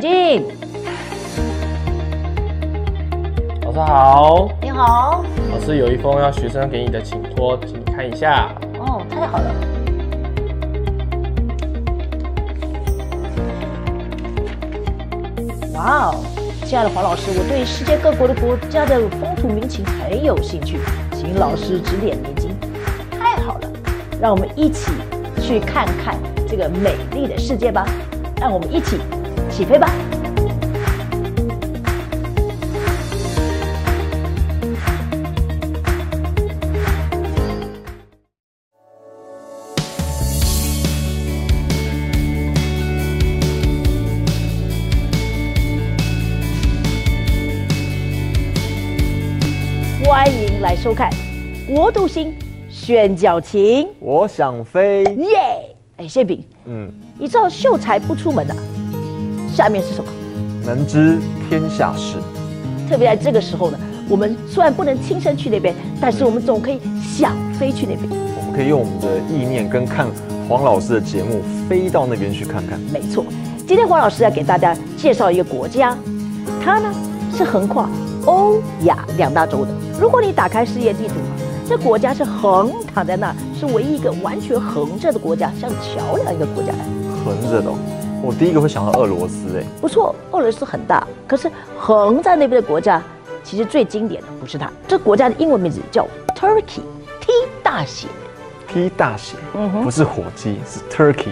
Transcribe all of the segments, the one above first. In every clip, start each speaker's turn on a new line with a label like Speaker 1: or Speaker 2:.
Speaker 1: 进，
Speaker 2: 老师好，
Speaker 1: 你好。
Speaker 2: 老师有一封要学生给你的请托，请你看一下。
Speaker 1: 哦，太好了。哇哦，亲爱的黄老师，我对世界各国的国家的风土民情很有兴趣，请老师指点迷津。太好了，让我们一起去看看这个美丽的世界吧！让我们一起起飞吧！欢迎来收看《国度星炫脚琴》，
Speaker 3: 我想飞，
Speaker 1: 耶！哎，谢饼，
Speaker 3: 嗯，
Speaker 1: 你知道秀才不出门啊？下面是什么？
Speaker 3: 能知天下事。
Speaker 1: 特别在这个时候呢，我们虽然不能亲身去那边，但是我们总可以想飞去那边。
Speaker 3: 我们可以用我们的意念跟看黄老师的节目，飞到那边去看看。
Speaker 1: 没错，今天黄老师要给大家介绍一个国家，它呢是横跨欧亚两大洲的。如果你打开世界地图啊，这国家是横躺在那，是唯一一个完全横着的国家，像桥梁一个国家。
Speaker 3: 横着的哦、我第一个会想到俄罗斯，哎，
Speaker 1: 不错，俄罗斯很大，可是横在那边的国家，其实最经典的不是它，这国家的英文名字叫 Turkey，T 大写。
Speaker 3: T 大写，
Speaker 1: 嗯哼
Speaker 3: 不是火鸡，是 Turkey，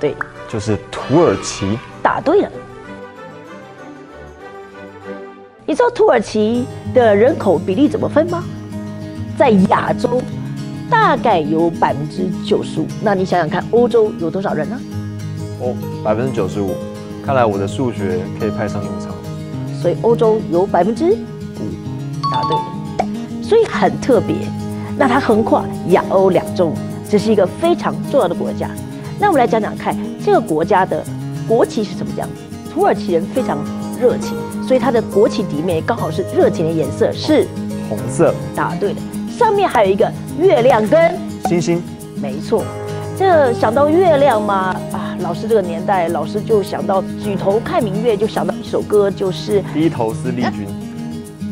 Speaker 1: 对，
Speaker 3: 就是土耳其。
Speaker 1: 答对了。你知道土耳其的人口比例怎么分吗？在亚洲，大概有百分之九十五。那你想想看，欧洲有多少人呢？
Speaker 3: 哦，百分之九十五。看来我的数学可以派上用场。
Speaker 1: 所以欧洲有百分之五，答对了。所以很特别，那它横跨亚欧两洲，这是一个非常重要的国家。那我们来讲讲看，这个国家的国旗是什么样子？土耳其人非常热情，所以它的国旗底面刚好是热情的颜色，是
Speaker 3: 红色
Speaker 1: 答对的。上面还有一个月亮跟
Speaker 3: 星星，
Speaker 1: 没错，这想到月亮嘛，啊，老师这个年代，老师就想到举头看明月，就想到一首歌，就是
Speaker 3: 低头是丽君，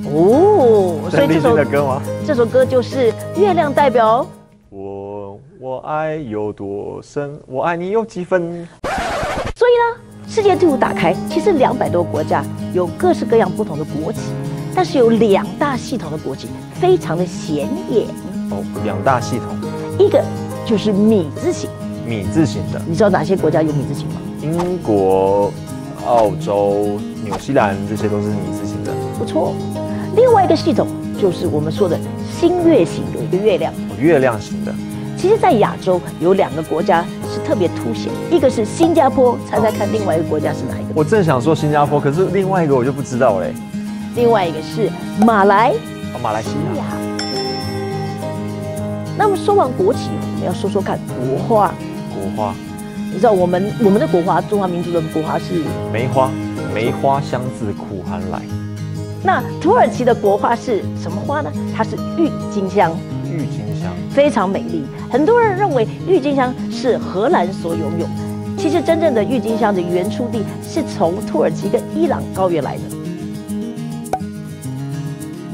Speaker 1: 哦，所
Speaker 3: 是
Speaker 1: 以
Speaker 3: 丽
Speaker 1: 这
Speaker 3: 君
Speaker 1: 首
Speaker 3: 的歌吗？
Speaker 1: 这首歌就是月亮代表。
Speaker 3: 我我爱有多深，我爱你有几分。
Speaker 1: 所以呢，世界地图打开，其实两百多个国家有各式各样不同的国旗，但是有两大系统的国旗非常的显眼，
Speaker 3: 哦，两大系统，
Speaker 1: 一个就是米字形，
Speaker 3: 米字形的，
Speaker 1: 你知道哪些国家有米字形吗？
Speaker 3: 英国、澳洲、纽西兰这些都是米字形的。
Speaker 1: 不错。另外一个系统就是我们说的新月形，有一个月亮。
Speaker 3: 哦，月亮形的，
Speaker 1: 其实，在亚洲有两个国家是特别凸显，一个是新加坡，猜猜看，另外一个国家是哪一个？
Speaker 3: 我正想说新加坡，可是另外一个我就不知道嘞。
Speaker 1: 另外一个是马来
Speaker 3: 哦，马来西
Speaker 1: 呀。
Speaker 3: 亚。
Speaker 1: 啊那么说完国旗，我们要说说看国花。
Speaker 3: 国花，
Speaker 1: 你知道我们我们的国花，中华民族的国花是
Speaker 3: 梅花，梅花香自苦寒来，
Speaker 1: 那土耳其的国花是什么花呢？它是郁金香，
Speaker 3: 郁金香。
Speaker 1: 非常美丽。很多人认为郁金香是荷兰所拥有，其实真正的郁金香的原出地是从土耳其跟伊朗高原来的。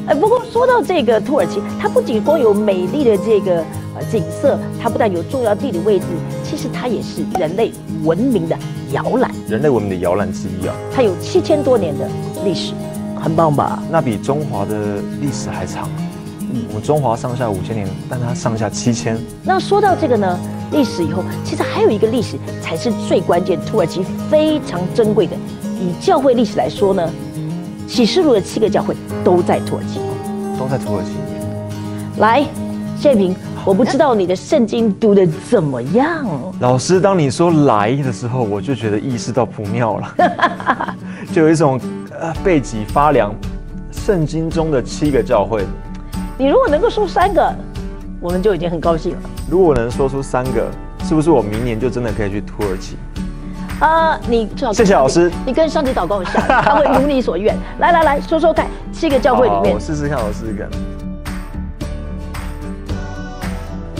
Speaker 1: 哎，不过说到这个土耳其，它不仅光有美丽的这个呃景色，它不但有重要地理位置，其实它也是人类文明的摇篮，
Speaker 3: 人类文明的摇篮之一啊，
Speaker 1: 它有七千多年的历史，很棒吧？
Speaker 3: 那比中华的历史还长。我们中华上下五千年，但它上下七千。
Speaker 1: 那说到这个呢，历史以后，其实还有一个历史才是最关键，土耳其非常珍贵的。以教会历史来说呢，启示录的七个教会都在土耳其。
Speaker 3: 都在土耳其。
Speaker 1: 来，谢平，我不知道你的圣经读的怎么样，
Speaker 3: 老师，当你说“来”的时候，我就觉得意识到不妙了，就有一种呃背脊发凉。圣经中的七个教会，
Speaker 1: 你如果能够说三个，我们就已经很高兴了。
Speaker 3: 如果我能说出三个，是不是我明年就真的可以去土耳其？
Speaker 1: 啊、你最好
Speaker 3: 谢谢老师
Speaker 1: 你跟上帝祷告一下，他会如你所愿。来来来说说看，七个教会里
Speaker 3: 好
Speaker 1: 面
Speaker 3: 我试试看，我试试看。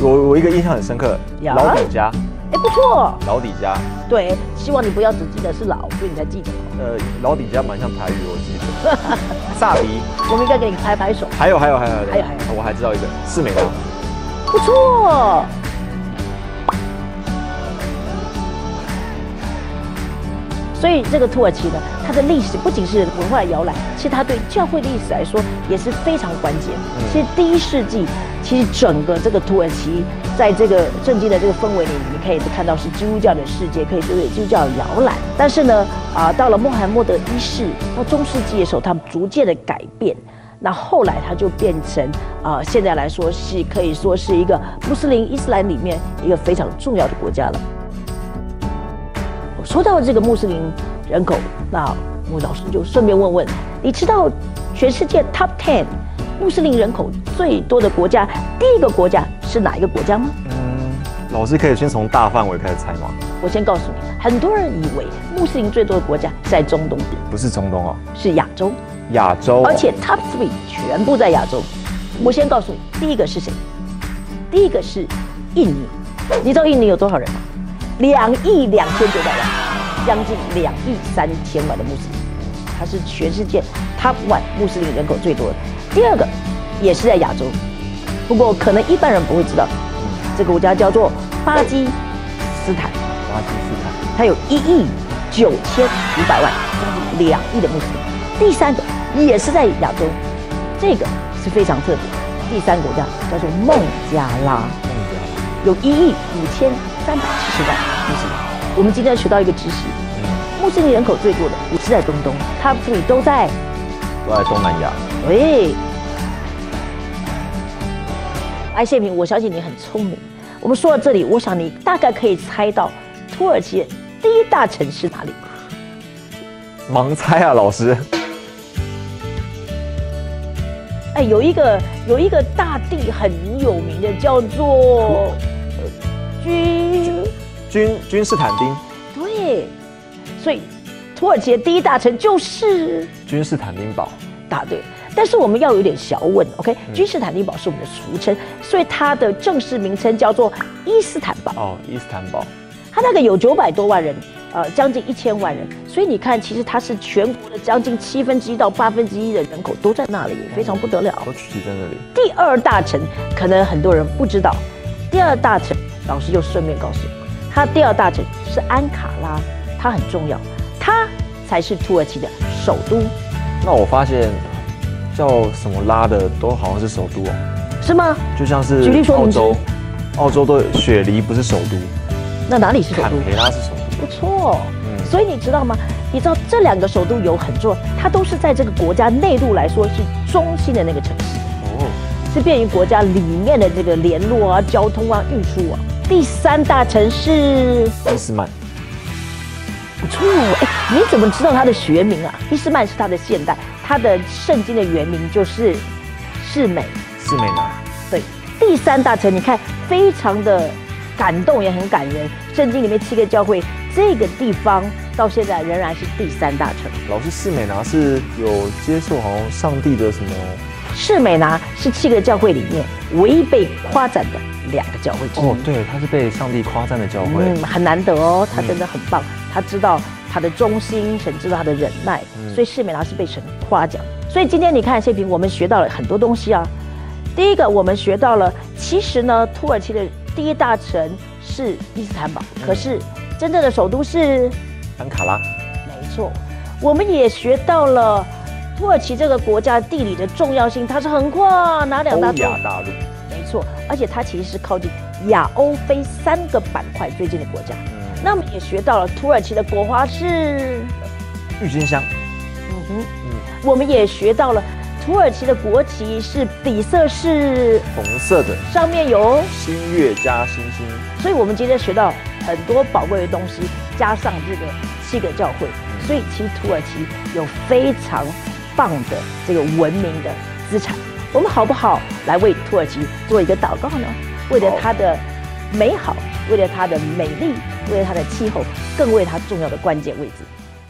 Speaker 3: 我我一个印象很深刻，
Speaker 1: 呀
Speaker 3: 老狗家，
Speaker 1: 哎，不错，
Speaker 3: 老底家，
Speaker 1: 对，希望你不要只记得是老，所以你才记得。
Speaker 3: 呃，老底家蛮像台语，我记得。 萨迪，
Speaker 1: 我们应该给你拍拍手，
Speaker 3: 还有还有还有还有
Speaker 1: 还有还有
Speaker 3: 我还知道一个四美堂。
Speaker 1: 不错。所以这个土耳其呢，它的历史不仅是文化的摇篮，其实它对教会历史来说也是非常关键。其实第一世纪，其实整个这个土耳其在这个圣经的这个氛围里，你可以看到是基督教的世界，可以说是基督教的摇篮。但是呢，啊，到了穆罕默德一世到中世纪的时候，他们逐渐的改变。那后来它就变成啊、呃现在来说是可以说是一个穆斯林伊斯兰里面一个非常重要的国家了。说到这个穆斯林人口，那我老师就顺便问问，你知道全世界 Top Ten 穆斯林人口最多的国家，第一个国家是哪一个国家吗？
Speaker 3: 嗯，老师可以先从大范围开始猜吗？
Speaker 1: 我先告诉你，很多人以为穆斯林最多的国家是在中东，
Speaker 3: 不是中东哦，
Speaker 1: 是亚洲，
Speaker 3: 亚洲哦。
Speaker 1: 而且 Top Three 全部在亚洲。我先告诉你，第一个是谁？第一个是印尼。你知道印尼有多少人吗？两亿两千九百万，将近两亿三千万的穆斯林，它是全世界 Top One 穆斯林人口最多的。第二个也是在亚洲，不过可能一般人不会知道，这个国家叫做巴基斯坦。
Speaker 3: 巴基斯坦。
Speaker 1: 它有一亿九千五百万，将近两亿的穆斯林。第三个也是在亚洲，这个是非常特别。第三个国家叫做孟加拉，有一亿五千三百七十万穆斯林。我们今天学到一个知识，
Speaker 3: 嗯，
Speaker 1: 穆斯林人口最多的也是在中东，他们这里都在
Speaker 3: 都在东南亚。
Speaker 1: 喂，哎，谢平，我相信你很聪明。我们说到这里，我想你大概可以猜到土耳其的第一大城市哪里？
Speaker 3: 盲猜啊，老师。
Speaker 1: 哎，有一个有一个大地很有名的叫做呃居，
Speaker 3: 君君士坦丁，
Speaker 1: 对，所以土耳其的第一大城就是
Speaker 3: 君士坦丁堡。
Speaker 1: 答对。但是我们要有点小问，OK？君士坦丁堡是我们的俗称，所以它的正式名称叫做伊斯坦堡。
Speaker 3: 哦，伊斯坦堡。
Speaker 1: 它那个有九百多万人，呃，将近一千万人，所以你看，其实它是全国的将近七分之一到八分之一的人口都在那里，非常不得了。
Speaker 3: 都聚集在那里。
Speaker 1: 第二大城可能很多人不知道，第二大城老师就顺便告诉你，它第二大城是安卡拉，它很重要，它才是土耳其的首都，
Speaker 3: 那我发现叫什么拉的都好像是首都哦，
Speaker 1: 是吗？
Speaker 3: 就像是
Speaker 1: 举例说
Speaker 3: 澳
Speaker 1: 明知
Speaker 3: 洲，澳洲的雪梨不是首都，
Speaker 1: 那哪里是首
Speaker 3: 坎
Speaker 1: 都？
Speaker 3: 培拉是首都。
Speaker 1: 不错。哦
Speaker 3: 嗯
Speaker 1: 所以你知道吗？你知道这两个首都有很重要，它都是在这个国家内陆来说是中心的那个城市。
Speaker 3: 哦，
Speaker 1: 是便于国家里面的这个联络啊、交通啊、运输啊。第三大城市，
Speaker 3: 伊斯曼。
Speaker 1: 不错哎，你怎么知道它的学名啊？伊斯曼是它的现代，它的圣经的原名就是世美。
Speaker 3: 是美南。
Speaker 1: 对，第三大城，你看非常的感动，也很感人。圣经里面七个教会，这个地方到现在仍然是第三大城。
Speaker 3: 老师，四美拿是有接受好像上帝的什么？
Speaker 1: 世美拿是七个教会里面唯一被夸赞的两个教会之一。
Speaker 3: 哦，对，他是被上帝夸赞的教会。
Speaker 1: 嗯，很难得哦，他真的很棒，他知道他的忠心，神知道他的忍耐，
Speaker 3: 嗯
Speaker 1: 所以世美拿是被神夸奖。所以今天你看谢平，我们学到了很多东西啊。第一个，我们学到了，其实呢，土耳其的第一大城是伊斯坦堡，
Speaker 3: 嗯
Speaker 1: 可是真正的首都是
Speaker 3: 安卡拉。
Speaker 1: 没错，我们也学到了土耳其这个国家地理的重要性，它是横跨哪两
Speaker 3: 欧
Speaker 1: 大洲？
Speaker 3: 亚大陆。
Speaker 1: 没错，而且它其实是靠近亚欧非三个板块最近的国家。
Speaker 3: 嗯，
Speaker 1: 那我们也学到了土耳其的国花是，
Speaker 3: 郁金香。
Speaker 1: 嗯哼，我们也学到了土耳其的国旗是底色是
Speaker 3: 红色的，
Speaker 1: 上面有，
Speaker 3: 新月加星星。
Speaker 1: 所以我们今天学到很多宝贵的东西，加上这个七个教会，所以其实土耳其有非常棒的这个文明的资产。我们好不好来为土耳其做一个祷告呢？为了
Speaker 3: 好
Speaker 1: 它的美好，为了它的美丽，为了它的气候，更为它重要的关键位置。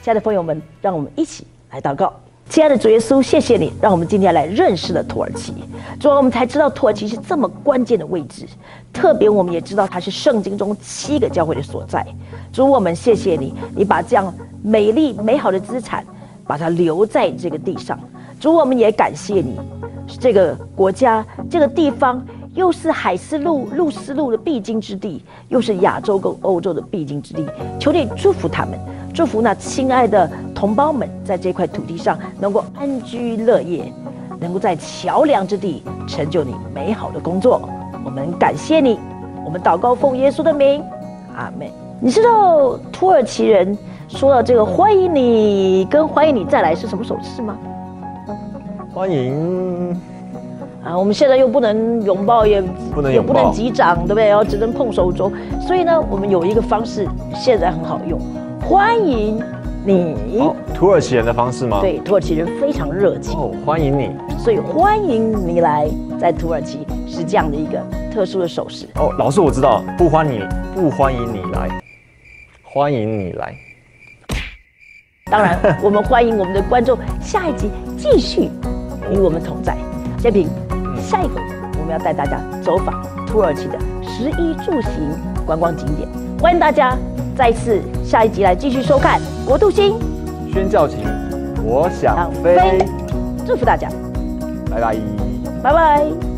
Speaker 1: 亲爱的朋友们，让我们一起来祷告。亲爱的主耶稣，谢谢你，让我们今天来认识了土耳其。主啊，我们才知道土耳其是这么关键的位置，特别我们也知道它是圣经中七个教会的所在。主，我们谢谢你，你把这样美丽美好的资产，把它留在这个地上。主，我们也感谢你，这个国家，这个地方。又是海丝路、路丝路的必经之地，又是亚洲跟欧洲的必经之地。求你祝福他们，祝福那亲爱的同胞们，在这块土地上能够安居乐业，能够在桥梁之地成就你美好的工作。我们感谢你，我们祷告奉耶稣的名，阿门。你知道土耳其人说到这个“欢迎你”跟“欢迎你再来”是什么手势吗？
Speaker 3: 欢迎，
Speaker 1: 啊，我们现在又不能拥抱，也
Speaker 3: 不能
Speaker 1: 也
Speaker 3: 拥
Speaker 1: 不
Speaker 3: 抱
Speaker 1: 能击掌，对不对？然后只能碰手肘。所以呢，我们有一个方式，现在很好用，欢迎你。
Speaker 3: 哦，土耳其人的方式吗？，
Speaker 1: 对，土耳其人非常热情，
Speaker 3: 哦，欢迎你。
Speaker 1: 所以欢迎你来，在土耳其是这样的一个特殊的手势。
Speaker 3: 哦，老师我知道，不欢迎不欢迎你来，欢迎你来。
Speaker 1: 当然，我们欢迎我们的观众下一集继续与我们同在。建平，下一回我们要带大家走访土耳其的十一住行观光景点，欢迎大家再次下一集来继续收看《国度星
Speaker 3: 宣教情，我想
Speaker 1: 想
Speaker 3: 飞，》，
Speaker 1: 祝福大家，
Speaker 3: 拜拜。
Speaker 1: 拜拜。